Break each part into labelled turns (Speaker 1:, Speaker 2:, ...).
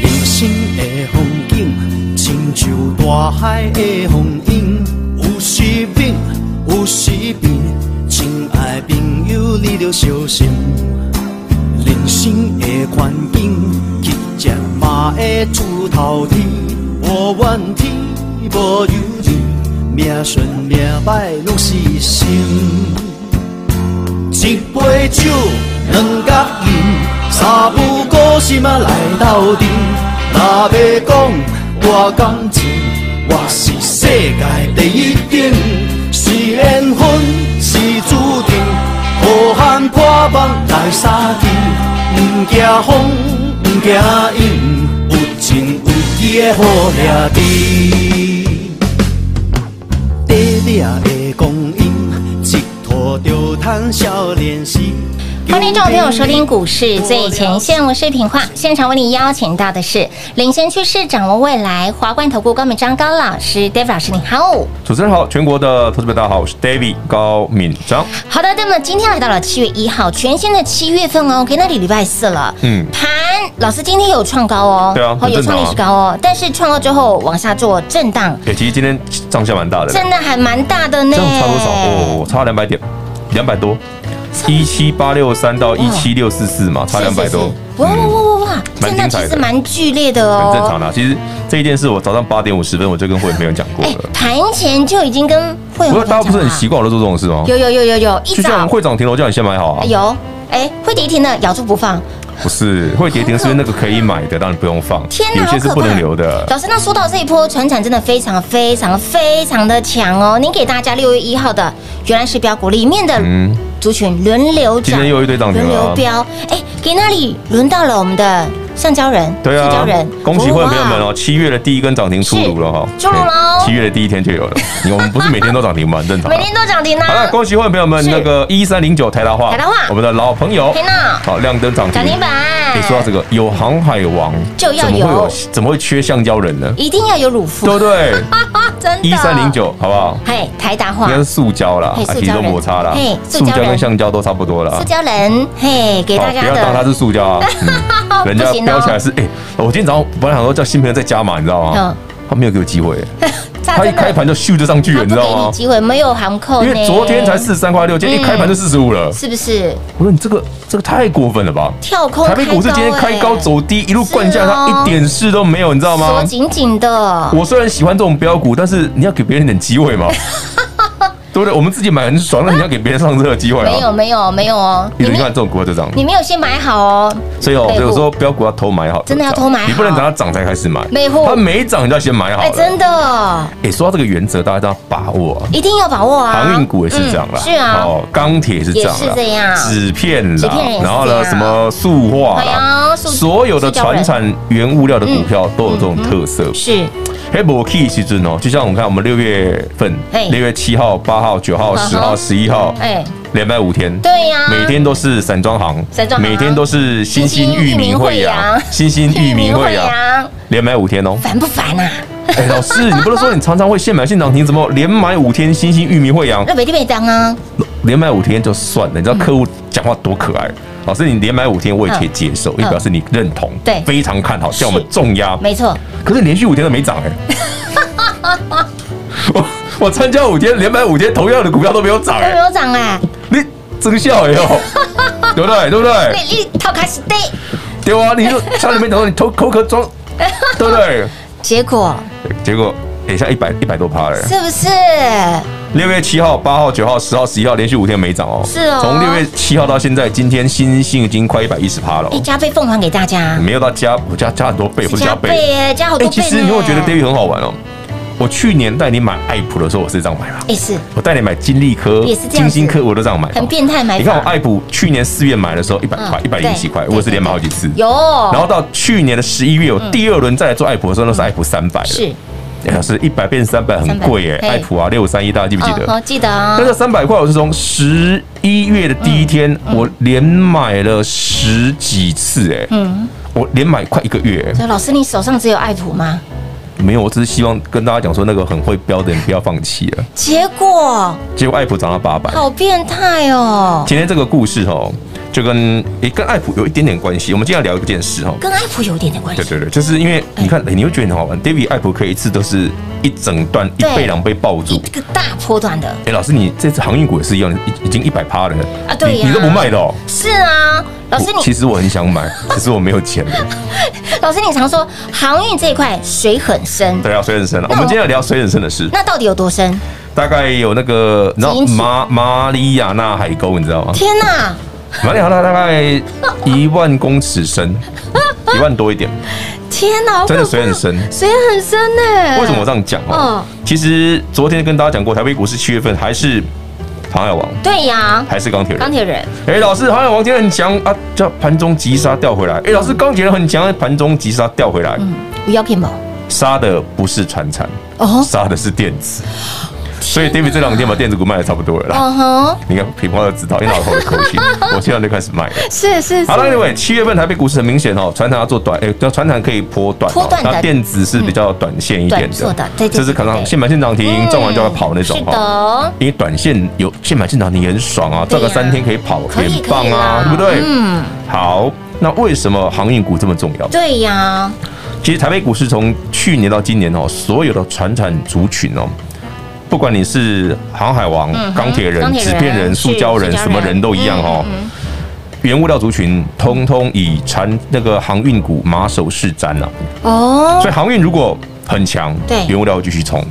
Speaker 1: 人生的风景，亲像大海的风涌，有时猛，有时平。亲爱的朋友，你着小心。人生的环境，乞食嘛会出头天，无怨天，无尤人，命顺命歹拢是心。一杯酒，两角银，三不五时啊来斗阵。若要讲我感情，我是世界第一等，是缘分，是注定。好汉破梦来相见，不惊风，不惊影，有情有义的好兄弟。短命的光阴，一拖就趁少年时。
Speaker 2: 欢迎听众朋友收听股市最前线，我是品化。现场为你邀请到的是领先趋势、掌握未来华冠投顾高敏章高老师，David 老师，你好。
Speaker 3: 主持人好，全国的投资者大家好，我是 David 高敏章。
Speaker 2: 好的，那么今天来到了七月一号，全新的七月份哦，OK，那里礼拜四哦了，
Speaker 3: 嗯
Speaker 2: 盘老师今天有创高哦，
Speaker 3: 对啊
Speaker 2: 哦
Speaker 3: 很
Speaker 2: 有
Speaker 3: 正常
Speaker 2: 创
Speaker 3: 啊
Speaker 2: 历史高哦，但是创高之后往下做震荡，
Speaker 3: 哎、其实今天上下蛮大的，
Speaker 2: 真的还蛮大的呢，
Speaker 3: 这样差多少？哦，差两百点，两百多，一七八六三到一七六四四嘛，差两百多嗯
Speaker 2: 是是是。哇哇哇哇哇，
Speaker 3: 蛮
Speaker 2: 震荡
Speaker 3: 精彩
Speaker 2: 其
Speaker 3: 的
Speaker 2: 实蛮剧烈的哦，
Speaker 3: 很正常啦，其实这一件事我早上八点五十分我就跟会员朋友讲过
Speaker 2: 哎
Speaker 3: 了，。
Speaker 2: 盘前就已经跟会员朋
Speaker 3: 不过
Speaker 2: 友
Speaker 3: 大家不是很
Speaker 2: 讲了啊
Speaker 3: 习惯我都做这种事吗？
Speaker 2: 有有有有有，一
Speaker 3: 就像
Speaker 2: 早
Speaker 3: 会涨停了，我叫你先买好啊。
Speaker 2: 有，哎，会跌停的咬住不放。
Speaker 3: 不是会跌停，是那个可以买的，当然不用放。
Speaker 2: 天哪，
Speaker 3: 有
Speaker 2: 好
Speaker 3: 些是
Speaker 2: 可
Speaker 3: 不
Speaker 2: 怕！
Speaker 3: 能留的。
Speaker 2: 老师，那说到这一波船产真的非常非常非常的强哦，您给大家六月一号的原来是标股里面的
Speaker 3: 嗯
Speaker 2: 族群轮流
Speaker 3: 今
Speaker 2: 涨，
Speaker 3: 天又一堆涨停
Speaker 2: 轮
Speaker 3: 了啊
Speaker 2: 流标，哎，给那里轮到了我们的橡胶人，
Speaker 3: 对
Speaker 2: 橡胶
Speaker 3: 啊
Speaker 2: 人，，
Speaker 3: 恭喜会员朋友们
Speaker 2: 哇
Speaker 3: 哦！！七月的第一根涨停出炉了哈，
Speaker 2: 是出炉喽
Speaker 3: 对七月的第一天就 有了。你我们不是每天都涨停吗？很正常啊。
Speaker 2: 每天都涨停呢
Speaker 3: 好，了，恭喜会员朋友们，
Speaker 2: 是
Speaker 3: 那个一三零九台达化，
Speaker 2: 台达化
Speaker 3: 我们的老朋友
Speaker 2: 天，哪，
Speaker 3: 好亮灯涨停
Speaker 2: 涨停板。
Speaker 3: 你说到这个有航海王，
Speaker 2: 就要
Speaker 3: 怎么会
Speaker 2: 有
Speaker 3: 有怎么会缺橡胶人呢？
Speaker 2: 一定要有乳
Speaker 3: 对
Speaker 2: 肤
Speaker 3: 不，对？
Speaker 2: 真的。
Speaker 3: 一三零，九，好不好？
Speaker 2: 嘿，台达
Speaker 3: 应
Speaker 2: 化
Speaker 3: 该，是塑胶啦，
Speaker 2: 嘿
Speaker 3: 啊
Speaker 2: 塑胶
Speaker 3: 其实都摩擦啦
Speaker 2: 人嘿，塑
Speaker 3: 塑
Speaker 2: 胶
Speaker 3: 胶跟
Speaker 2: 人
Speaker 3: 橡胶都差不多啦。
Speaker 2: 塑胶人，嘿，给
Speaker 3: 好，
Speaker 2: 大
Speaker 3: 啊不
Speaker 2: 家
Speaker 3: 要当它
Speaker 2: 的
Speaker 3: 是塑胶啊，嗯人家
Speaker 2: 不行哦
Speaker 3: 标起来是哎、我今天早上本来想说叫新朋友再加码，你知道吗
Speaker 2: 嗯？
Speaker 3: 他没有给我机会，
Speaker 2: 他
Speaker 3: 他一
Speaker 2: 真的
Speaker 3: 开盘就咻就上去了，
Speaker 2: 他
Speaker 3: 你
Speaker 2: 不
Speaker 3: 知
Speaker 2: 给
Speaker 3: 道
Speaker 2: 你
Speaker 3: 吗？
Speaker 2: 机会，没有函扣呢，嗯
Speaker 3: 因为昨天才四十三块六，今天一开盘就四十五了。
Speaker 2: 是不是
Speaker 3: 我说你这个这个太过分了吧？
Speaker 2: 跳空
Speaker 3: 台
Speaker 2: 开高、
Speaker 3: 北
Speaker 2: 欸？
Speaker 3: 股市今天开高走低，一路灌下来，
Speaker 2: 是哦
Speaker 3: 它一点事都没有，你知道
Speaker 2: 锁
Speaker 3: 吗？
Speaker 2: 紧紧的，
Speaker 3: 我虽然喜欢这种标股，但是你要给别人点 机会嘛，对不对？我们自己买很爽，那你要给别人上车的机会
Speaker 2: 没有
Speaker 3: 啊。
Speaker 2: 没有没有哦，
Speaker 3: 你
Speaker 2: 你
Speaker 3: 看
Speaker 2: 没有
Speaker 3: 这种股票就这样。
Speaker 2: 你没有先买好哦，
Speaker 3: 所以哦，
Speaker 2: 内部
Speaker 3: 所以有时候标股要偷买好，
Speaker 2: 真的要偷买好
Speaker 3: 你不能等它涨才开始买，
Speaker 2: 内部
Speaker 3: 它没涨你就要先买好
Speaker 2: 哎、
Speaker 3: 了。
Speaker 2: 真的
Speaker 3: 哎，说到这个原则，大家都要把握啊。
Speaker 2: 一定要把握啊！
Speaker 3: 航运股也是这样啦，
Speaker 2: 嗯是啊，
Speaker 3: 哦，钢铁也是这样啦，
Speaker 2: 也是这样
Speaker 3: 纸片
Speaker 2: 纸
Speaker 3: 啦
Speaker 2: 片也是这，样
Speaker 3: 然后呢，什么塑化
Speaker 2: 哎
Speaker 3: 啦，
Speaker 2: 呀塑
Speaker 3: 所有的船产原物料的股票都有这种
Speaker 2: 嗯
Speaker 3: 特色。
Speaker 2: 是
Speaker 3: 黑博 key 其实哦，就像我们看我们六月份
Speaker 2: 嘿，
Speaker 3: 六月七号、八号、九号、十
Speaker 2: 嗯
Speaker 3: 号、
Speaker 2: 哼
Speaker 3: 十一号，
Speaker 2: 哎、
Speaker 3: 连卖五天，
Speaker 2: 对呀、
Speaker 3: 每天都是散装行，
Speaker 2: 散装行
Speaker 3: 每天都是新兴域名会呀，新兴域名会啊呀，
Speaker 2: 呀，
Speaker 3: 连买五天哦。
Speaker 2: 啊烦不烦啊？
Speaker 3: 哎，老师，你不是说你常常会现买现涨停，怎么连买五天新兴域名会阳，
Speaker 2: 那每天每当啊，
Speaker 3: 连买五天就算了，你知
Speaker 2: 嗯
Speaker 3: 道客户讲话多可爱。老师，你连买五天我也可以接受，也表示你认同，
Speaker 2: 嗯对
Speaker 3: 非常看好，像我们
Speaker 2: 是
Speaker 3: 重压。
Speaker 2: 没错，
Speaker 3: 可是连续五天都没涨哎。 我我参加五天，连买五天，同样的股票都没有涨
Speaker 2: 都没
Speaker 3: 哎。
Speaker 2: 有涨哎、
Speaker 3: 你真笑也有， 对不对？对不对？
Speaker 2: 你你头开始对，
Speaker 3: 对啊，你就家里面等到你偷抠壳 装，对不对？
Speaker 2: 结果
Speaker 3: 结果等一下一百一百多趴了。
Speaker 2: 是不是？
Speaker 3: 六月七号、八号、九号、十号、十一号连续五天没涨哦。
Speaker 2: 是哦
Speaker 3: 从六月七号到现在，今天新兴已经快一百一十趴了哦
Speaker 2: 哎，。加倍奉还给大家，
Speaker 3: 没有到加，我加加很多倍，不是加
Speaker 2: 加
Speaker 3: 倍。
Speaker 2: 倍耶，加好
Speaker 3: 哎，
Speaker 2: 多倍
Speaker 3: 其
Speaker 2: 呢。
Speaker 3: 实你会觉得 David 很好玩哦。我去年带你买爱普的时候，我是这样买嘛。
Speaker 2: 哎是
Speaker 3: 我带你买金利科
Speaker 2: 也是、这样
Speaker 3: 金
Speaker 2: 子
Speaker 3: 星科，我都这样买。哦
Speaker 2: 很变态买法
Speaker 3: 你看我爱普去年四月买的时候，一百块，一
Speaker 2: 嗯
Speaker 3: 百零几块，
Speaker 2: 对
Speaker 3: 我也是连买好几次。
Speaker 2: 有，
Speaker 3: 然后到去年的十一月，我第二轮再来做爱普的时候，那
Speaker 2: 嗯
Speaker 3: 是爱普三百了。
Speaker 2: 是，
Speaker 3: 哎呀，
Speaker 2: 嗯
Speaker 3: 是一百变三百，很
Speaker 2: 300
Speaker 3: 贵耶。
Speaker 2: 嘿
Speaker 3: 爱普啊，六五三一，大家记不记得？
Speaker 2: 哦，记得哦
Speaker 3: 那。这三百块，我是从十一月的第一
Speaker 2: 嗯
Speaker 3: 天，我连买了十几次，哎，
Speaker 2: 嗯
Speaker 3: 我连买快一个月，哎
Speaker 2: 所以老师，你手上只有爱普吗？
Speaker 3: 没有，我只是希望跟大家讲说，那个很会标的人不要放弃了。
Speaker 2: 结果
Speaker 3: 结果爱普涨到八百，
Speaker 2: 好变态哦，
Speaker 3: 今天这个故事哦，就跟也跟爱普有一点点关系。我们今天要聊一件事哦，
Speaker 2: 跟爱普有一点点关
Speaker 3: 对
Speaker 2: 系。
Speaker 3: 对对，就是因为
Speaker 2: 哎
Speaker 3: 你看，哎你会觉得很好玩，David 爱普可以一次都是一整段一
Speaker 2: 对
Speaker 3: 倍两倍抱住
Speaker 2: 一。个大波段的
Speaker 3: 哎，老师，你这次航运股也是一样，已已经一百趴了
Speaker 2: 啊对呀
Speaker 3: 你你都不卖的哦。
Speaker 2: 是啊，老师
Speaker 3: 我其
Speaker 2: 你
Speaker 3: 实我很想 买，只是我没有钱。
Speaker 2: 老师你常说航运这一块水很深，
Speaker 3: 对啊，水很深了。
Speaker 2: 那
Speaker 3: 我
Speaker 2: 我
Speaker 3: 们今天要聊水很深的事，
Speaker 2: 那到底有多深？
Speaker 3: 大概有那个你知道
Speaker 2: 几英尺
Speaker 3: 马马里亚纳海沟，你知道吗？
Speaker 2: 天哪，
Speaker 3: 马里亚纳 大概一万公尺深，一万多一点，
Speaker 2: 天哪，好
Speaker 3: 真的
Speaker 2: 可怕嗯
Speaker 3: 水很深。
Speaker 2: 水很深呢。
Speaker 3: 为什么我这样讲哦？
Speaker 2: 嗯
Speaker 3: 其实昨天跟大家讲过，台北股市七月份还是航海王，
Speaker 2: 对呀，
Speaker 3: 还是钢铁
Speaker 2: 钢
Speaker 3: 人。
Speaker 2: 铁人
Speaker 3: 哎，老师，航海王今天很强啊，叫盘中急杀掉回来。哎，老师，钢铁人很强，盘中急杀掉回来，
Speaker 2: 不要骗我
Speaker 3: 杀的不是船产，
Speaker 2: 哦，
Speaker 3: 杀的是电子。所以 David 这两天把电子股卖的差不多了啦。
Speaker 2: 嗯哼，
Speaker 3: 你看品花就知道，因为老头的口 气，我现在就开始卖了。
Speaker 2: 是是是
Speaker 3: 好，了，Anyway，七月份台北股市很明显哦，船产要做短，哎、欸，船产可以波段、哦，
Speaker 2: 波段的嗯
Speaker 3: 那电子是比较短线一点
Speaker 2: 短
Speaker 3: 的，
Speaker 2: 做的对对对
Speaker 3: 这是可能
Speaker 2: 对
Speaker 3: 现买现涨停，赚完就要跑那种
Speaker 2: 嗯是
Speaker 3: 哈、
Speaker 2: 的，
Speaker 3: 因为短线有现买现涨停也很爽啊，赚个
Speaker 2: 对呀
Speaker 3: 三天可以跑，
Speaker 2: 可以
Speaker 3: 很棒
Speaker 2: 可
Speaker 3: 啊，
Speaker 2: 以啦
Speaker 3: 对不对？
Speaker 2: 嗯，
Speaker 3: 好，那为什么航运股这么重要？
Speaker 2: 对呀，
Speaker 3: 其实台北股市从去年到今年哦，所有的船产族群哦，不管你是航海王
Speaker 2: 嗯、哼
Speaker 3: 钢铁人
Speaker 2: 钢、铁
Speaker 3: 纸
Speaker 2: 人
Speaker 3: 片人、
Speaker 2: 是
Speaker 3: 塑胶人，
Speaker 2: 塑胶人嗯
Speaker 3: 什么人都一样哦。原物料族群通通以船那个航运股马首是瞻啊，
Speaker 2: 哦
Speaker 3: 所，以航运如果很强，
Speaker 2: 对
Speaker 3: 原物料会继续冲。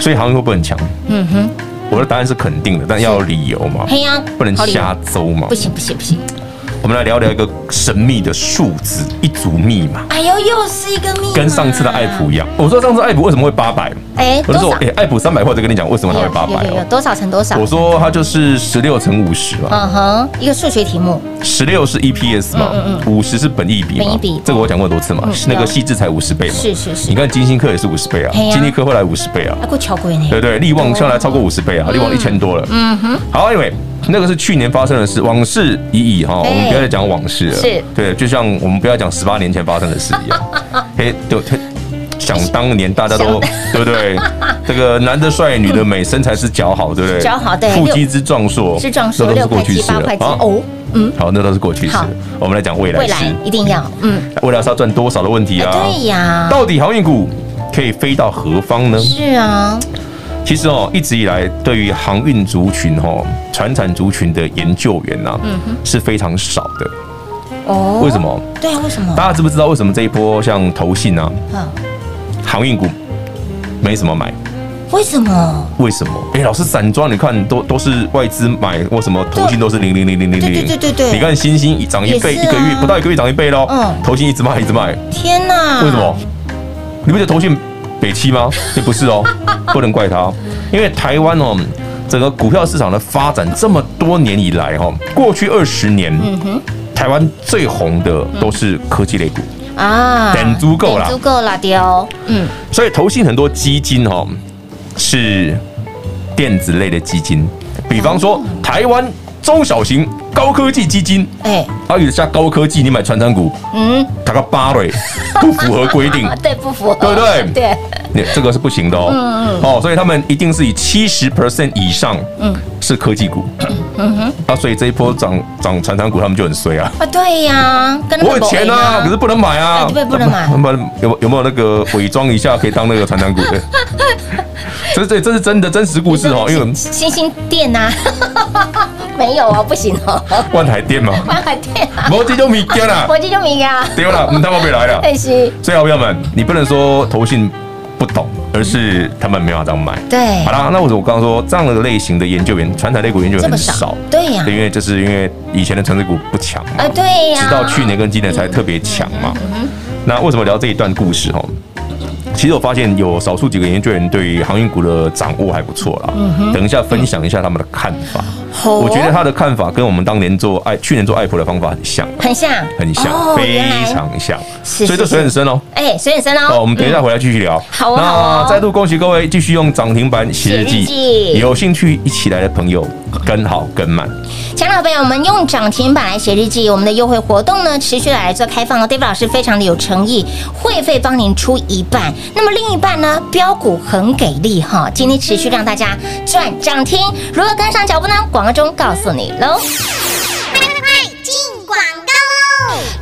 Speaker 3: 所以航运会不会很强？
Speaker 2: 嗯哼，
Speaker 3: 我的答案是肯定的，但要有理由嘛，
Speaker 2: 嘿呀，
Speaker 3: 不能
Speaker 2: 好理由
Speaker 3: 瞎诌嘛
Speaker 2: 不。行不行不行，
Speaker 3: 我们来聊聊一个神秘的数字，一组密码，
Speaker 2: 哎呦，又是一个密码，
Speaker 3: 跟上次的爱普，一样。我说上次爱普为什么会八百？
Speaker 2: 哎，
Speaker 3: 我
Speaker 2: 多
Speaker 3: 就说，
Speaker 2: 少
Speaker 3: 哎、？爱普三百块，就跟你讲为什么它会
Speaker 2: 有
Speaker 3: 八百
Speaker 2: 有有有
Speaker 3: 哦。
Speaker 2: 多少乘多少
Speaker 3: 我？说它就是十六乘五十嘛，
Speaker 2: 嗯哼，一个数学题目，
Speaker 3: 十六是 EPS 嘛，五十是本益比
Speaker 2: 嗯
Speaker 3: 嘛，
Speaker 2: 本益比
Speaker 3: 这个我讲过很多次嘛，
Speaker 2: 嗯
Speaker 3: 是那个
Speaker 2: 有
Speaker 3: 细致才五十倍嘛。
Speaker 2: 是是是
Speaker 3: 你看金星科也是五十倍啊，
Speaker 2: 嘿呀
Speaker 3: 金立科后来五十倍啊，
Speaker 2: 啊，够巧鬼呢
Speaker 3: 对。不对？力旺上来超过五十倍啊，力旺一千多了。嗯哼。好，Anyway，那个是去年发生的事，往事已矣哈，我
Speaker 2: 哎
Speaker 3: 们不要再讲往事了。
Speaker 2: 是
Speaker 3: 对，就像我们不要讲十八年前发生的事一样。 嘿，就嘿想当年大家都对 不对？这个男的帅，女的美，身材是姣好，对不对？
Speaker 2: 姣好对
Speaker 3: 腹肌之壮硕，
Speaker 2: 是壮硕
Speaker 3: 那都是
Speaker 2: 六
Speaker 3: 过
Speaker 2: 块
Speaker 3: 去
Speaker 2: 七
Speaker 3: 式
Speaker 2: 八
Speaker 3: 了啊
Speaker 2: 块七哦，嗯，
Speaker 3: 好，那都是过去式
Speaker 2: 好。
Speaker 3: 我们来讲未来
Speaker 2: 未
Speaker 3: 式
Speaker 2: 来，一定要嗯，
Speaker 3: 未来是要赚多少的问题
Speaker 2: 哎
Speaker 3: 啊？
Speaker 2: 对呀，
Speaker 3: 到底航运股可以飞到何方呢？
Speaker 2: 是啊，
Speaker 3: 其实哦，一直以来对于航运族群、哦、船产族群的研究员呐、是非常少的。
Speaker 2: 哦，
Speaker 3: 为什？么？
Speaker 2: 对啊，为什么？
Speaker 3: 大家知不知道为什么这一波像投信啊、
Speaker 2: 嗯，
Speaker 3: 航运股没什么买？
Speaker 2: 为什么？
Speaker 3: 为什么？哎、老师，散装你看都都是外资买，为什么投信都是零零零零零
Speaker 2: 对
Speaker 3: 零？
Speaker 2: 对对对对
Speaker 3: 你看新兴一涨一倍，
Speaker 2: 也
Speaker 3: 一
Speaker 2: 是啊
Speaker 3: 个月不到一个月涨一倍喽。
Speaker 2: 嗯
Speaker 3: 投信一直卖一直卖，
Speaker 2: 天哪！
Speaker 3: 为什么？？你不觉得投信北七吗？也不是哦，不能怪他哦，因为台湾哦，整个股票市场的发展这么多年以来哦，过去二十年，台湾最红的都是科技类股，
Speaker 2: 啊，
Speaker 3: 等足够啦
Speaker 2: 等足够啦，丢。嗯，
Speaker 3: 所以投信很多基金哦是电子类的基金，比方说台湾中小型高科技基金，
Speaker 2: 哎，
Speaker 3: 啊，有下高科技，你买传产股，
Speaker 2: 嗯，
Speaker 3: 大概八蕊，不符合规 定
Speaker 2: 啊，。对，不符合，
Speaker 3: 对不嗯对
Speaker 2: 对，
Speaker 3: 那这个是不行的哦。
Speaker 2: 嗯
Speaker 3: 哦，所以他们一定是以七十 percent 以上，
Speaker 2: 嗯
Speaker 3: 是科技股。啊，所以这一波涨涨传产股，他们就很衰啊。
Speaker 2: 啊，对呀，跟那
Speaker 3: 我
Speaker 2: 个
Speaker 3: 有钱啊，可是不能买啊
Speaker 2: 哎，对不能买
Speaker 3: 有有有没有那个伪装一下可以当那个传产股的？这这这是真的真实故事哦，因为我们
Speaker 2: 星星店啊呐、 没有哦，不行哦，
Speaker 3: 万海店嘛，
Speaker 2: 万海店啊，
Speaker 3: 摩羯就米干 啦，
Speaker 2: 国际就名啊，
Speaker 3: 丢啦，嗯你他妈别来了。
Speaker 2: 但是
Speaker 3: 所以，好朋友们，你不能说投信不懂，而是他们没有办法这样买。
Speaker 2: 对
Speaker 3: 好，啦，那我我刚刚说这样的类型的研究员，传统类股研究员
Speaker 2: 这么
Speaker 3: 很
Speaker 2: 少
Speaker 3: 少，，
Speaker 2: 对呀、
Speaker 3: 因为就是因为以前的成市股不强嘛
Speaker 2: 啊，对呀、嗯
Speaker 3: 直到去年跟今年才特别强嘛。那为什么聊这一段故事哈？其实我发现有少数几个研究员对于航运股的掌握还不错啦。等一下分享一下他们的看法。
Speaker 2: 嗯哦
Speaker 3: 我觉得他的看法跟我们当年做爱去年做爱普的方法很像，
Speaker 2: 很像，
Speaker 3: 很像，
Speaker 2: 哦
Speaker 3: 非
Speaker 2: 原来
Speaker 3: 常像。
Speaker 2: 是
Speaker 3: 所
Speaker 2: 是
Speaker 3: 以这水很深哦。
Speaker 2: 哎，水很深
Speaker 3: 哦，我
Speaker 2: 哦，
Speaker 3: 们等一下回来继续聊。
Speaker 2: 好哦好哦
Speaker 3: 那再度恭喜各位继续用涨停板写日
Speaker 2: 写日记
Speaker 3: 记，有兴趣一起来的朋友跟好跟满。
Speaker 2: 强老朋友，我们用涨停板来写日记，我们的优惠活动呢持续来做开放哦。David 老师非常的有诚意，会费帮您出一半，那么另一半呢，标股很给力哈，今天持续让大家赚涨停。如何跟上脚步呢？广告中告诉你喽。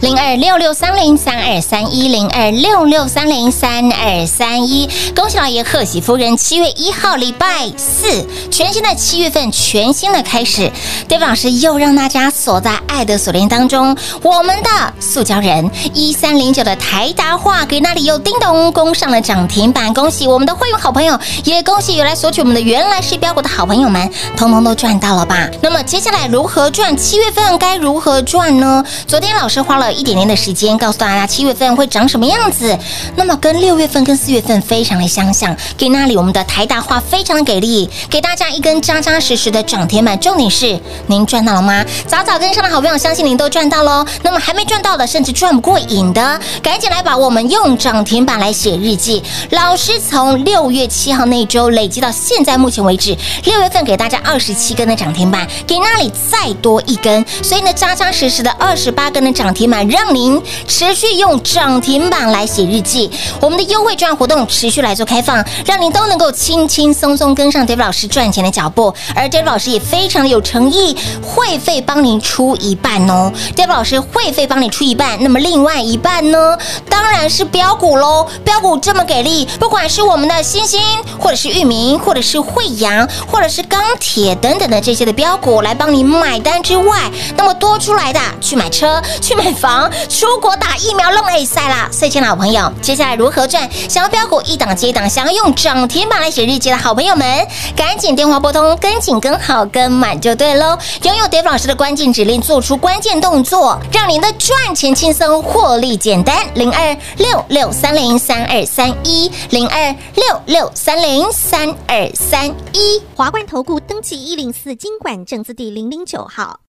Speaker 2: 零二六六三零三二三一零二六六三零三二三一。恭喜老爷，贺喜夫人，七月一号礼拜四，全新的七月份，全新的开始。David 老师又让大家锁在爱的锁链当中，我们的塑胶人一三零九的台达化给那里又叮咚攻上了涨停板，恭喜我们的会员好朋友，也恭喜原来索取我们的原来是标股的好朋友们，通通都赚到了吧？那么接下来如何赚？七月份该如何赚呢？昨天老师花了一点点的时间告诉大家七月份会长什么样子，那么跟六月份跟四月份非常的相像，给那里我们的台达化非常的给力，给大家一根扎扎实实的涨停板。重点是您赚到了吗？早早跟上的好朋友，相信您都赚到喽。那么还没赚到的，甚至赚不过瘾的，赶紧来把我们用涨停板来写日记。老师从六月七号那一周累积到现在目前为止，六月份给大家二十七根的涨停板，给那里再多一根，所以呢，扎扎实实的二十八根的涨停板，让您持续用涨停板来写日记。我们的优惠券活动持续来做开放，让您都能够轻轻松松跟上 David 老师赚钱的脚步。而 David 老师也非常的有诚意，会费帮您出一半哦。David 老师会费帮你出一半，那么另外一半呢，当然是标股喽。标股这么给力，不管是我们的星星，或者是域名，或者是惠阳，或者是钢铁等等的这些的标股来帮你买单之外，那么多出来的去买车、去买房、出国打疫苗弄 A 赛啦。所以，亲爱的好朋友，接下来如何赚？想要标股一档接一档，想要用涨停板来写日记的好朋友们，赶紧电话拨通，跟紧、跟好、跟满就对喽。拥有 Dave 老师的关键指令，做出关键动作，让您的赚钱轻松，获利简单。零二六六三零三二三一，零二六六三零三二三一。
Speaker 4: 华冠投顾登记一零四经管证字第零零九号。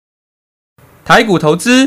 Speaker 5: 台股投资，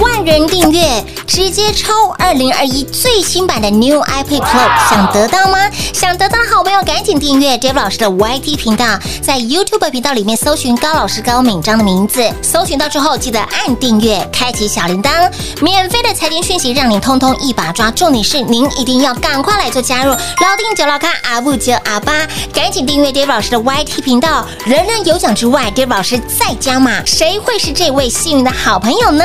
Speaker 2: 万人订阅，直接抽二零二一最新版的 New iPad Pro，想得到吗？想得到的好朋友赶紧订阅 Dave 老师的 YT 频道，在 YouTube 频道里面搜寻高老师高敏章的名字，搜寻到之后记得按订阅，开启小铃铛，免费的财经讯息让你通通一把抓。重点是您一定要赶快来做加入，老定九老咖阿布九阿巴，赶紧订阅 Dave 老师的 YT 频道，人人有奖之外，Dave 老师再加码，谁会是这位幸运的好朋友呢？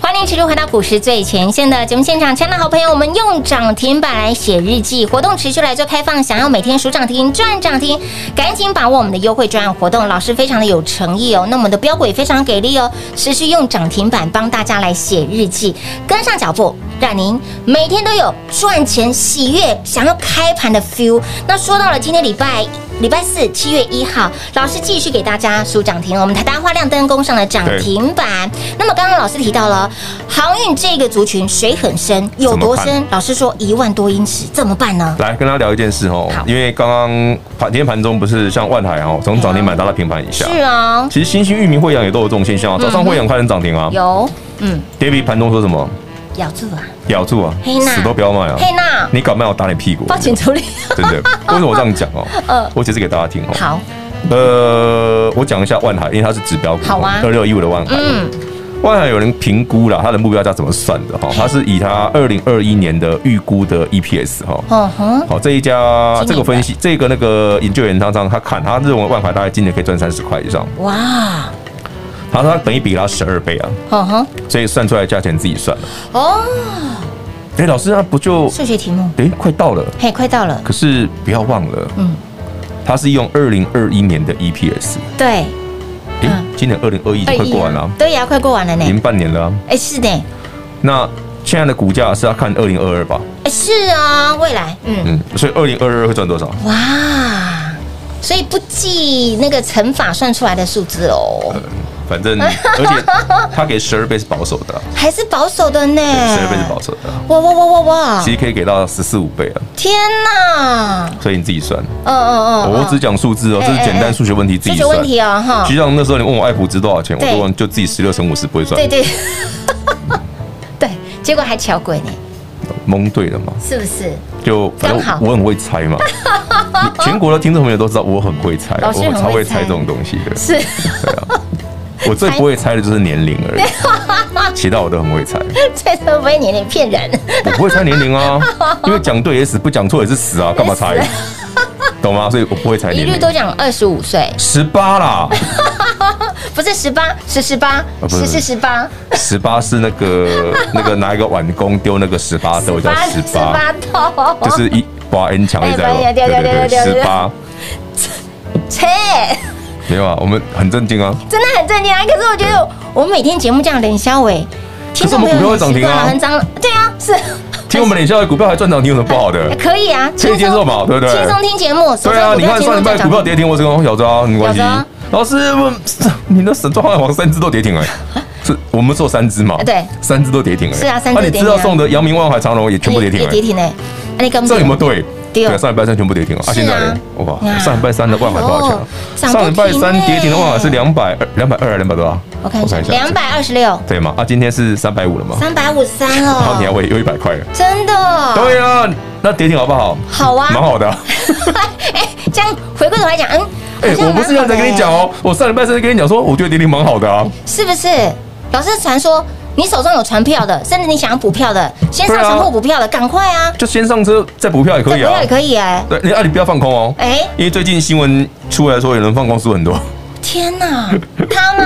Speaker 2: 欢迎持续回到股市最前线的节目现场，亲爱的好朋友，我们用涨停板来写日记，活动持续来做开放，想要每天数涨停赚涨停，赶紧把握我们的优惠专案活动，老师非常的有诚意哦，那我们的标股也非常给力哦，持续用涨停板帮大家来写日记，跟上脚步，让您每天都有赚钱、喜悦、想要开盘的 feel。那说到了今天礼拜礼拜四七月一号，老师继续给大家数涨停，我们台大花亮灯攻上了涨停板。那么刚刚老师提到了航运这个族群水很深，有
Speaker 3: 怎么
Speaker 2: 多
Speaker 3: 办
Speaker 2: 深？老师说一万多英尺，怎么办呢？
Speaker 3: 来跟大家聊一件事哦
Speaker 2: 好，
Speaker 3: 因为刚刚盘今天盘中不是像万海哦，从涨停板达到平盘以下，
Speaker 2: 是啊，
Speaker 3: 其实新兴、域名、惠阳也都有这种现象啊。早上惠阳快点涨停啊
Speaker 2: 有，嗯，
Speaker 3: ，David 盘中说什么？
Speaker 2: 咬住啊，
Speaker 3: 咬住啊，
Speaker 2: 黑娜
Speaker 3: 死都不要卖啊！
Speaker 2: 佩娜，
Speaker 3: 你敢卖我打你屁股！啊
Speaker 2: 报警处理。
Speaker 3: 真的，为什么我这样讲哦？
Speaker 2: 呃
Speaker 3: 我解释给大家听哦。
Speaker 2: 好，
Speaker 3: 呃，我讲一下万海，因为它是指标股，
Speaker 2: 好啊
Speaker 3: 二六一五的万海。
Speaker 2: 嗯，
Speaker 3: 万海有人评估了它的目标价怎么算的哈，它是以它二零二一年的预估的 EPS 哈。
Speaker 2: 嗯哼，
Speaker 3: 好，这一家
Speaker 2: 今年
Speaker 3: 这个分析，这个那个研究员他上他看，他认为万海大概今年可以赚三十块以上，
Speaker 2: 哇，
Speaker 3: 他说他等于比他十二倍啊，
Speaker 2: 嗯哼，
Speaker 3: 所以算出来的价钱自己算了。
Speaker 2: 哦，
Speaker 3: 哎，老师，那不就
Speaker 2: 数学题目，
Speaker 3: 哎快到了？
Speaker 2: 嘿，快到了，
Speaker 3: 可是不要忘了，
Speaker 2: 嗯
Speaker 3: 嗯，它是用二零二一年的 E EPS，
Speaker 2: 对，
Speaker 3: 哎、
Speaker 2: 嗯
Speaker 3: 今年二零二一已经快过完了啊、
Speaker 2: 对呀，快过完了呢
Speaker 3: 已，经半年了啊、
Speaker 2: 哎，是的，
Speaker 3: 那现在的股价是要看二零二二吧？
Speaker 2: 哎，是啊，未来，嗯，
Speaker 3: 嗯，所以二零二二会赚多少？
Speaker 2: 哇，所以不计那个乘法算出来的数字哦，
Speaker 3: 反正，而且它给十二倍是保守的啊，
Speaker 2: 还是保守的呢，
Speaker 3: 十二倍是保守的啊，
Speaker 2: 哇哇哇哇哇
Speaker 3: 其，实可以给到十四五倍啊，
Speaker 2: 天哪，
Speaker 3: 所以你自己算。
Speaker 2: 嗯嗯嗯，
Speaker 3: 我只
Speaker 2: 嗯
Speaker 3: 讲数字哦，
Speaker 2: 哎
Speaker 3: 这是简
Speaker 2: 哎哎
Speaker 3: 单数学问题，自
Speaker 2: 数
Speaker 3: 己
Speaker 2: 学
Speaker 3: 算
Speaker 2: 问。题哦，哈
Speaker 3: 局，长那时候你问我爱普值多少钱，我
Speaker 2: 对
Speaker 3: 都问就自己十六乘五十不会算
Speaker 2: 对，对， 对，结果还巧鬼呢，
Speaker 3: 蒙对了嘛？
Speaker 2: 是不是？
Speaker 3: 就反正
Speaker 2: 刚好
Speaker 3: 我很会猜 嘛，你全国的听众朋友都知道我很会猜，啊
Speaker 2: 老师
Speaker 3: 我
Speaker 2: 很
Speaker 3: 超
Speaker 2: 会
Speaker 3: 会
Speaker 2: 猜
Speaker 3: 猜这种东西的。
Speaker 2: 是。
Speaker 3: 对啊，我最不会猜的就是年龄而已， 其他我都很会猜。
Speaker 2: 这都不会年龄骗人，
Speaker 3: 我不会猜年龄啊，因为讲对也死，不讲错也是死啊，干嘛猜？懂吗？所以我不会猜
Speaker 2: 一
Speaker 3: 年
Speaker 2: 律
Speaker 3: 龄。
Speaker 2: 都讲二十五岁，
Speaker 3: 十八啦，
Speaker 2: 不是十八，十十八，
Speaker 3: 啊不
Speaker 2: 十
Speaker 3: 是
Speaker 2: 是十八，
Speaker 3: 十八是那 个那个拿一个碗弓丢那个十八豆叫十
Speaker 2: 十
Speaker 3: 八，
Speaker 2: 八头，
Speaker 3: 就是一把 N 强力在
Speaker 2: 哎
Speaker 3: 对
Speaker 2: 对对对
Speaker 3: 对对，
Speaker 2: 对对
Speaker 3: 十八
Speaker 2: 切，
Speaker 3: 没有啊，我们很震惊啊。
Speaker 2: 真的很震惊啊！可是我觉得我们每天节目这样冷笑伟，
Speaker 3: 可是我们股票会涨停啊
Speaker 2: 很涨，对啊，是
Speaker 3: 听我们脸笑的股票还赚涨停有什么不好的？
Speaker 2: 可以啊，
Speaker 3: 可以接受嘛，对不对？
Speaker 2: 轻松听节目，手
Speaker 3: 对
Speaker 2: 上
Speaker 3: 啊，
Speaker 2: 股
Speaker 3: 你
Speaker 2: 票
Speaker 3: 看
Speaker 2: 节
Speaker 3: 上
Speaker 2: 目
Speaker 3: 礼拜
Speaker 2: 就
Speaker 3: 股票
Speaker 2: 涨停，
Speaker 3: 跌停，我只跟我小招啊，没关系
Speaker 2: 小张。
Speaker 3: 老师，我 你的神状往三只都跌停 哎，是我们做三只嘛？
Speaker 2: 对
Speaker 3: 三只都跌停哎。
Speaker 2: 是啊三只
Speaker 3: 那你
Speaker 2: 跌停
Speaker 3: 知
Speaker 2: 啊
Speaker 3: 道送的阳明、万海、长荣也全部跌停
Speaker 2: 也
Speaker 3: 哎
Speaker 2: 跌，停嘞，那你干嘛？
Speaker 3: 这有没有对？
Speaker 2: 嗯对哦
Speaker 3: 啊上礼拜三全部跌停啊！
Speaker 2: 是啊
Speaker 3: 现在呢？哇
Speaker 2: 呀，
Speaker 3: 上礼拜三的万海多少钱啊？
Speaker 2: 哎呦涨不
Speaker 3: 上礼拜三
Speaker 2: 停哎
Speaker 3: 跌停的万海是两百二、两百二还是两百多啊？
Speaker 2: 我看一下，两百二十六，
Speaker 3: 对嘛？啊，今天是三百五了嘛？
Speaker 2: 三百五十三
Speaker 3: 然后你还
Speaker 2: 哦，
Speaker 3: 会又一百块了。
Speaker 2: 真的，哦
Speaker 3: 对啊，那跌停好不好？
Speaker 2: 好啊
Speaker 3: 蛮好的啊。
Speaker 2: 哎，这样回过头来讲，嗯，
Speaker 3: 哎、
Speaker 2: 好像
Speaker 3: 我不是这样
Speaker 2: 蛮好的
Speaker 3: 才
Speaker 2: 哎
Speaker 3: 跟你讲哦，我上礼拜三跟你讲说，我觉得跌停蛮好的啊。
Speaker 2: 是不是？老师传说你手上有传票的，甚至你想要补票的，先上
Speaker 3: 对啊
Speaker 2: 船后补票的，赶快啊！
Speaker 3: 就先上车再补票也可以
Speaker 2: 这
Speaker 3: 啊
Speaker 2: 票也。可以哎、
Speaker 3: 对，你啊，你不要放空哦。
Speaker 2: 哎、
Speaker 3: 因为最近新闻出来说有人放空输很多。
Speaker 2: 天哪，他 吗？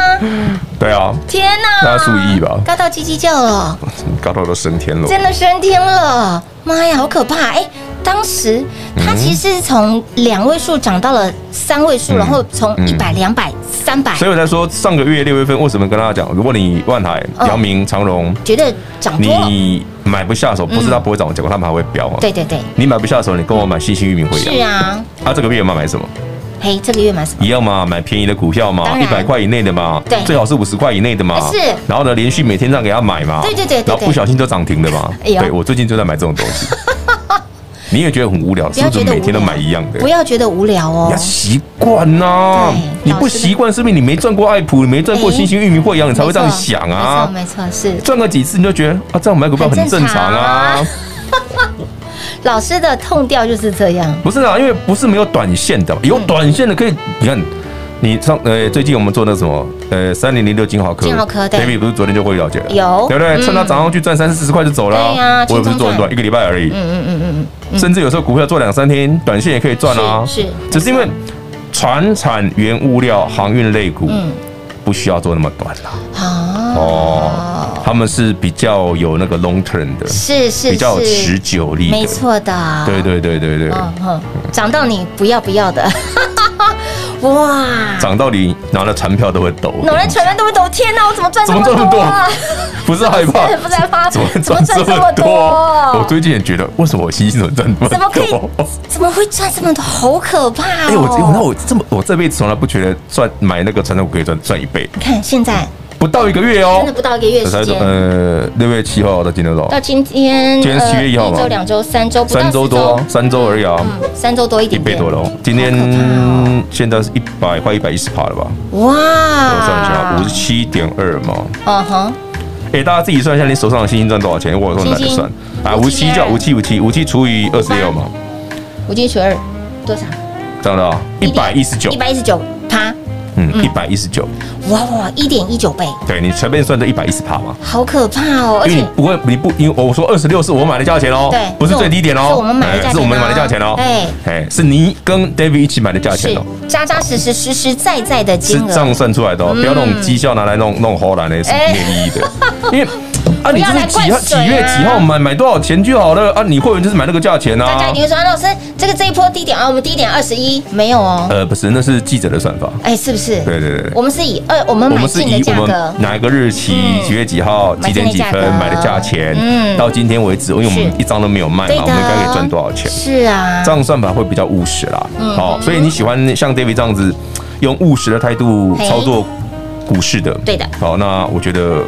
Speaker 3: 对啊，
Speaker 2: 天哪，
Speaker 3: 大概数一亿吧
Speaker 2: 高到叽叽叫了，
Speaker 3: 搞到都升天了。
Speaker 2: 真的升天了，妈呀，好可怕！哎、当时它其实是从两位数涨到了三位数，
Speaker 3: 嗯
Speaker 2: 然后从
Speaker 3: 嗯
Speaker 2: 一百、两百、三百，
Speaker 3: 所以我才说上个月六月份为什么跟大家讲，如果你万海、
Speaker 2: 嗯
Speaker 3: 阳明、长荣，
Speaker 2: 觉得涨嗯多了。
Speaker 3: 你买不下手，不是它不会涨，结果他们还会飙啊。
Speaker 2: 对对对，
Speaker 3: 你买不下手，你跟我买新兴域名会
Speaker 2: 是
Speaker 3: 一样。
Speaker 2: 啊，
Speaker 3: 他这个月有没有买什么？
Speaker 2: 嘿，这个月买什么？
Speaker 3: 一样嘛，买便宜的股票嘛
Speaker 2: 当，
Speaker 3: 一
Speaker 2: 然
Speaker 3: 百块以内的嘛，
Speaker 2: 对
Speaker 3: 最好是五十块以内的嘛，
Speaker 2: 是
Speaker 3: 然后呢，连续每天这样给他买嘛，
Speaker 2: 对对对对对
Speaker 3: 然后不小心就涨停的嘛，
Speaker 2: 哎呦
Speaker 3: 对我最近就在买这种东 西，你也觉得很无聊，
Speaker 2: 不
Speaker 3: 是
Speaker 2: 要
Speaker 3: 不
Speaker 2: 觉
Speaker 3: 是
Speaker 2: 得
Speaker 3: 每天都
Speaker 2: 无聊
Speaker 3: 买一样的
Speaker 2: 不？要觉得无聊哦
Speaker 3: 你要。习惯呐
Speaker 2: 对，
Speaker 3: 你
Speaker 2: 老
Speaker 3: 不
Speaker 2: 师的
Speaker 3: 习惯，是不是你没赚过爱普，你没赚过
Speaker 2: 哎
Speaker 3: 新兴域名、惠阳，你才会这样
Speaker 2: 没错
Speaker 3: 想啊？
Speaker 2: 没错，没错，是
Speaker 3: 赚个几次你就觉得啊，这样买股票
Speaker 2: 很
Speaker 3: 很啊
Speaker 2: 正
Speaker 3: 正常啊
Speaker 2: 常， 老师的痛调就是这样。
Speaker 3: 不是啊，因为不是没有短线的，
Speaker 2: 嗯
Speaker 3: 有短线的可以，你看。你上呃，最近我们做那什么呃，三零零六金豪科，
Speaker 2: 金豪科对
Speaker 3: b a b y 不是昨天就会了解了，
Speaker 2: 有
Speaker 3: 对不对？
Speaker 2: 嗯
Speaker 3: 趁它涨上去赚三四十块就走了啊，
Speaker 2: 对啊
Speaker 3: 我也不是
Speaker 2: 轻
Speaker 3: 做
Speaker 2: 松赚
Speaker 3: 很短，一个礼拜而已，
Speaker 2: 嗯嗯嗯
Speaker 3: 甚至有时候股票做两三天，短线也可以赚啊，
Speaker 2: 是是
Speaker 3: 只是因为船产、原物料、航运类股
Speaker 2: 嗯
Speaker 3: 不需要做那么短啦，
Speaker 2: 嗯，好，
Speaker 3: 哦，他们是比较有那个 long term 的，
Speaker 2: 是是
Speaker 3: 比较有持
Speaker 2: 是，
Speaker 3: 久力
Speaker 2: 没
Speaker 3: 的，
Speaker 2: 错啊的，
Speaker 3: 对，对对对对，
Speaker 2: 嗯哼，涨到你不要不要的， 哇，
Speaker 3: 涨到你拿了船票都会抖，
Speaker 2: 脑袋全都都，天哪，我怎么赚这
Speaker 3: 怎么
Speaker 2: 么
Speaker 3: 这么
Speaker 2: 多
Speaker 3: 多
Speaker 2: 啊？？
Speaker 3: 不是害怕，
Speaker 2: 不然怕
Speaker 3: 怎么
Speaker 2: 怎么
Speaker 3: 赚
Speaker 2: 赚
Speaker 3: 这
Speaker 2: 这么
Speaker 3: 么
Speaker 2: 多
Speaker 3: 多？？我最近也觉得，为什么我星星怎么赚
Speaker 2: 怎
Speaker 3: 这么多？
Speaker 2: 么可以？怎么会赚这么多？好可怕哦！
Speaker 3: 哎、我我那我这么我这辈子从来不觉得赚买那个传统股可以赚赚一倍，
Speaker 2: 你看现在
Speaker 3: 不到一个月哦
Speaker 2: 真的，不到一个月时间，
Speaker 3: 呃六月七号到今天多
Speaker 2: 到
Speaker 3: 少？
Speaker 2: 今天
Speaker 3: 今天
Speaker 2: 呃
Speaker 3: 7月1号
Speaker 2: 一
Speaker 3: 嘛
Speaker 2: 周、两周、三周，不到
Speaker 3: 三周
Speaker 2: 四
Speaker 3: 多啊，三周而已啊，
Speaker 2: 嗯，三周多一
Speaker 3: 一
Speaker 2: 点
Speaker 3: 倍多了哦。今天
Speaker 2: 哦
Speaker 3: 现在是一百快一百一十趴了吧？
Speaker 2: 哇！啊
Speaker 3: 我算一下，五十
Speaker 2: 十，
Speaker 3: 七点二嘛。
Speaker 2: 嗯哼，
Speaker 3: 哎、大家自己算一下，你手上的星星赚多少钱？我我懒得算
Speaker 2: 星
Speaker 3: 啊，五七叫
Speaker 2: 五
Speaker 3: 五七五七五七除以二十六嘛，
Speaker 2: 五七除二多少？
Speaker 3: 这样的啊，一百一十九
Speaker 2: 一，百一十九趴，
Speaker 3: 嗯，一百一十九，
Speaker 2: 哇哇，一点一九倍，
Speaker 3: 对你随便算这一百一十趴嘛。
Speaker 2: 好可怕哦！而
Speaker 3: 因为
Speaker 2: 且
Speaker 3: 你不会，你不，因为我说二十六是我买的价钱哦，
Speaker 2: 对
Speaker 3: 不是最低点哦，
Speaker 2: 是我们买的价钱哦
Speaker 3: 哎是我们买的价钱哦，
Speaker 2: 哎
Speaker 3: 哎，是你跟 David 一起买的价钱
Speaker 2: 是
Speaker 3: 哦，
Speaker 2: 扎扎实实、实实在在的
Speaker 3: 是
Speaker 2: 金
Speaker 3: 这样
Speaker 2: 额，嗯
Speaker 3: 算出来的哦，不要弄绩效拿来弄弄荷兰的，是
Speaker 2: 哎
Speaker 3: 没有意义的， 因为。啊，
Speaker 2: 不
Speaker 3: 你
Speaker 2: 要
Speaker 3: 就是
Speaker 2: 来
Speaker 3: 几
Speaker 2: 灌
Speaker 3: 号几
Speaker 2: 水啊
Speaker 3: 月几号买买多少钱就好了啊！你会员就是买那个价钱
Speaker 2: 大家
Speaker 3: 啊
Speaker 2: 一。定会说，啊老师，这个这一波低点啊，我们低点二十一，没有哦，
Speaker 3: 呃，不是，那是记者的算法。
Speaker 2: 哎，是不是？
Speaker 3: 对对对对
Speaker 2: 我们是以二，我们
Speaker 3: 我
Speaker 2: 买
Speaker 3: 们是
Speaker 2: 进的
Speaker 3: 以
Speaker 2: 价
Speaker 3: 我
Speaker 2: 格
Speaker 3: 们，哪一个日期、
Speaker 2: 嗯
Speaker 3: 几月几号、
Speaker 2: 买
Speaker 3: 几
Speaker 2: 进
Speaker 3: 点
Speaker 2: 的
Speaker 3: 几
Speaker 2: 价格
Speaker 3: 分买的价钱
Speaker 2: 嗯，
Speaker 3: 到今天为止，因为我
Speaker 2: 是
Speaker 3: 们一张都没有卖
Speaker 2: 对
Speaker 3: 嘛，
Speaker 2: 的
Speaker 3: 我们该可以赚多少钱？
Speaker 2: 是啊
Speaker 3: 这，样算法会比较务实啦。
Speaker 2: 嗯
Speaker 3: 好，所以你喜欢像 David 这样子用务实的态度
Speaker 2: 嘿
Speaker 3: 操作股市的，
Speaker 2: 对的
Speaker 3: 好，那我觉得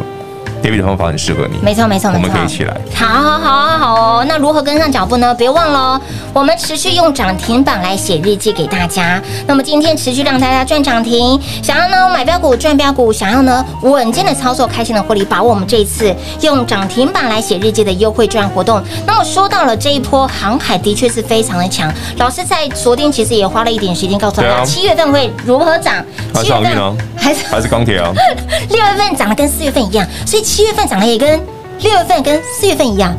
Speaker 3: David 的方法很适合你。
Speaker 2: 没错没错
Speaker 3: 我
Speaker 2: 没
Speaker 3: 们可以一
Speaker 2: 错。
Speaker 3: 起来。
Speaker 2: 好，好，好，好哦。那如何跟上脚步呢？别忘了哦，我们持续用涨停板来写日记给大家。那么今天持续让大家赚涨停，想要呢买标股赚标股，想要呢稳健的操作，开心的获利，把握我们这一次用涨停板来写日记的优惠券活动。那么说到了这一波航海的确是非常的强，老师在昨天其实也花了一点时间告诉大
Speaker 3: 对
Speaker 2: 家
Speaker 3: 啊
Speaker 2: 七月份会如何涨，
Speaker 3: 还
Speaker 2: 七
Speaker 3: 是
Speaker 2: 月
Speaker 3: 航运
Speaker 2: 份
Speaker 3: 啊
Speaker 2: 还是
Speaker 3: 还是钢铁啊？
Speaker 2: 六月份涨得跟四月份一样，所以七月份涨得也跟六月份跟四月份一样。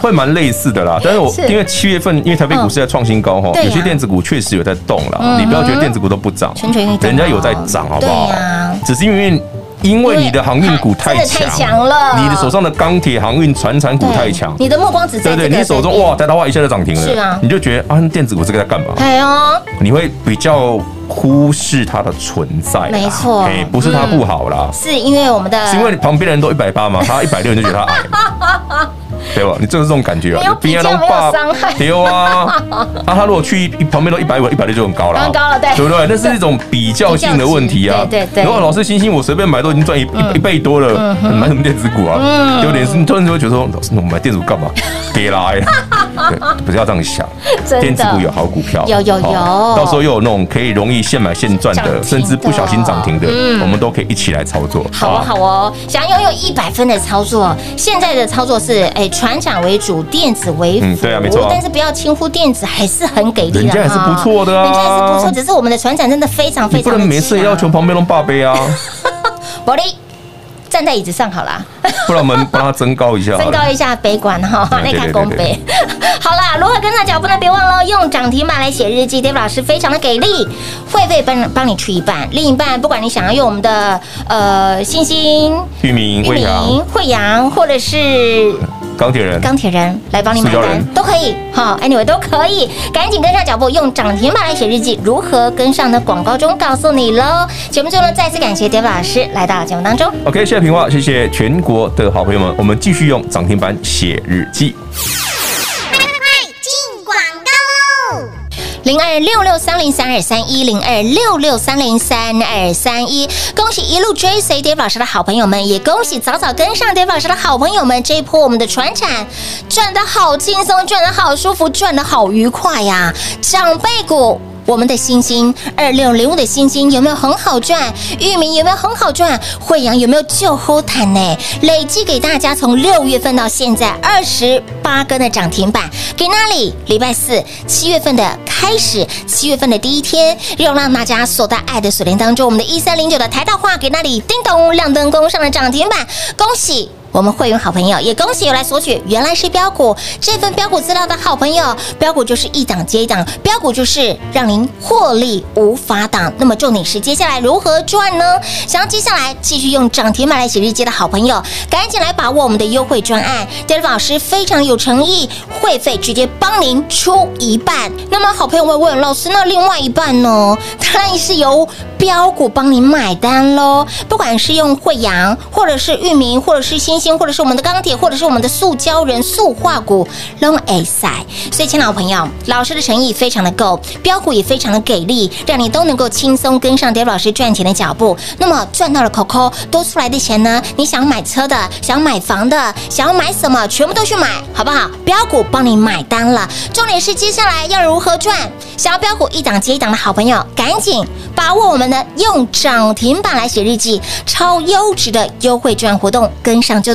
Speaker 3: 会蛮类似的啦，但是我
Speaker 2: 是
Speaker 3: 因为七月份，因为台北股市在创新高哈，
Speaker 2: 对呀啊嗯
Speaker 3: 有些电子股确实有在动啦，你不要觉得电子股都不涨
Speaker 2: 蠢蠢欲，动哦
Speaker 3: 人家有在涨，好不好
Speaker 2: 对呀？
Speaker 3: 只是因为。因为你的航运股
Speaker 2: 它
Speaker 3: 太
Speaker 2: 真的
Speaker 3: 强，
Speaker 2: 太强了
Speaker 3: 你的手上的钢铁、航运、船产股
Speaker 2: 对
Speaker 3: 太强，
Speaker 2: 你的目光只在这
Speaker 3: 对对，
Speaker 2: 个
Speaker 3: 你手中哇，台达化一下就涨停了，
Speaker 2: 是啊
Speaker 3: 你就觉得啊，电子股这个在干嘛？
Speaker 2: 哎呦，
Speaker 3: 你会比较忽视它的存在啦，
Speaker 2: 没错嗯
Speaker 3: 哎，不是它不好啦，
Speaker 2: 是因为我们的
Speaker 3: 是因为你旁边的人都一 百八嘛，他一百六你就觉得他矮嘛，对吧？你就是这种感觉啊，
Speaker 2: 没有比较
Speaker 3: 你旁边的
Speaker 2: 没有伤
Speaker 3: 人
Speaker 2: 害
Speaker 3: 对啊，啊，他如果去旁边都一百五、一百六就很高了，
Speaker 2: 很高了对
Speaker 3: 对不对？那是一种比较性的问题
Speaker 2: 比
Speaker 3: 啊，
Speaker 2: 较级对对对嗯
Speaker 3: 如果老师星星我随便买都已经赚一一一倍多了，买什么电子股啊？有点是你突然就会觉得说，老师，我们买电子股干嘛？别来，啊 对不要这样想，
Speaker 2: 真的
Speaker 3: 电子股有好股票，
Speaker 2: 有有
Speaker 3: 好
Speaker 2: 有
Speaker 3: 到时候又有那种可以容易现买现赚
Speaker 2: 涨停
Speaker 3: 的，甚至不小心涨停的
Speaker 2: 的嗯，
Speaker 3: 我们都可以一起来操作，
Speaker 2: 好哦
Speaker 3: 吧
Speaker 2: 好哦，想要拥有一百分的操作，现在的操作是哎，船长为主，电子为辅，
Speaker 3: 嗯对啊没错啊
Speaker 2: 但是不要轻忽电子，还是很给力的，
Speaker 3: 人家也是不错的啊
Speaker 2: 人家也是不错，只是我们的船长真的非常
Speaker 3: 你
Speaker 2: 非
Speaker 3: 不
Speaker 2: 常的
Speaker 3: 能没事要求旁边弄 爸杯啊，
Speaker 2: 伯利站在椅子上好啦。
Speaker 3: 不然我们帮他增高一下好
Speaker 2: 增
Speaker 3: 了。
Speaker 2: 高一下北管哈，那
Speaker 3: 哦嗯对
Speaker 2: 看公
Speaker 3: 对
Speaker 2: 北。 好啦，如何跟上脚步呢？别忘了用涨停板来写日记。David 老师非常的给力，会费帮帮你出一半，另一半不管你想要用我们的呃星星、
Speaker 3: 玉米、
Speaker 2: 玉
Speaker 3: 魏
Speaker 2: 米
Speaker 3: 嗯阳、、
Speaker 2: 惠阳，或者是
Speaker 3: 钢铁人，
Speaker 2: 钢铁人来帮你买
Speaker 3: 塑胶
Speaker 2: 单
Speaker 3: 人
Speaker 2: 都可以，好，anyway 都可以，赶紧跟上脚步，用涨停板来写日记。如何跟上呢？广告中告诉你喽。节目最后呢，再次感谢 David 老师来到节目当中。
Speaker 3: OK，谢谢平话，谢谢全国的好朋友们，我们继续用涨停板写日记。
Speaker 2: 零二六六三零三二三一零二六六三零三二三一。恭喜一路追随 Dave 老师的好朋友们，也恭喜早早跟上 Dave 老师的好朋友们。这一波我们的船产赚得好轻松，赚得好舒服，赚得好愉快呀、长辈股。我们的星星二六零五的星星有没有很好赚？域名有没有很好赚？惠阳有没有就呼坦呢？累计给大家从六月份到现在二十八根的涨停板，给那里？礼拜四七月份的开始，七月份的第一天，又让大家锁在爱的锁链当中。我们的一三零九的台大化给那里叮咚亮灯攻上了涨停板，恭喜！我们会员好朋友，也恭喜有来索取原来是标股这份标股资料的好朋友，标股就是一档接一档，标股就是让您获利无法挡。那么重点是接下来如何赚呢？想要接下来继续用涨停买来写日记的好朋友，赶紧来把握我们的优惠专案。David 老师非常有诚意，会费直接帮您出一半。那么好朋友会问老师，那另外一半呢？当然是由标股帮您买单喽。不管是用惠阳，或者是域名，或者是新兴，或者是我们的钢铁，或者是我们的塑胶人、塑化股，long A 赛。所以，亲老朋友，老师的诚意非常的够，标股也非常的给力，让你都能够轻松跟上 David 老师赚钱的脚步。那么赚到了 Coco 多出来的钱呢？你想买车的，想买房的，想要买什么，全部都去买，好不好？标股帮你买单了。重点是接下来要如何赚？想要标股一档接一档的好朋友，赶紧把握我们的用涨停板来写日记，超优质的优惠券活动，跟上就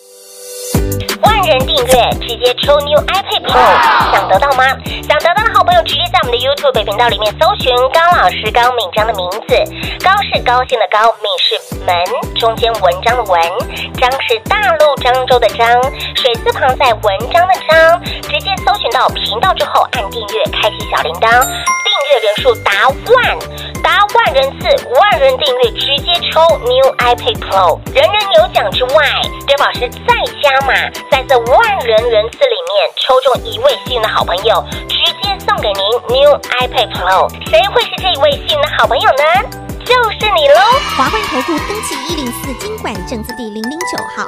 Speaker 6: 万人订阅直接抽 New iPad Pro，想得到吗？想得到的好朋友直接在我们的 YouTube 频道里面搜寻高老师高敏章的名字，高是高兴的高，敏是门中间文章的文，章是大陆漳州的漳，水字旁在文章的章，直接搜寻到频道之后按订阅，开启小铃铛，订阅人数达万。达万人次、万人订阅，直接抽 New iPad Pro，人人有奖之外 d a 老师再加码，在这万人人次里面抽中一位幸运的好朋友，直接送给您 New iPad Pro。谁会是这一位幸运的好朋友呢？就是你喽！
Speaker 4: 华冠投顾登记一零四经管证字第零零九号。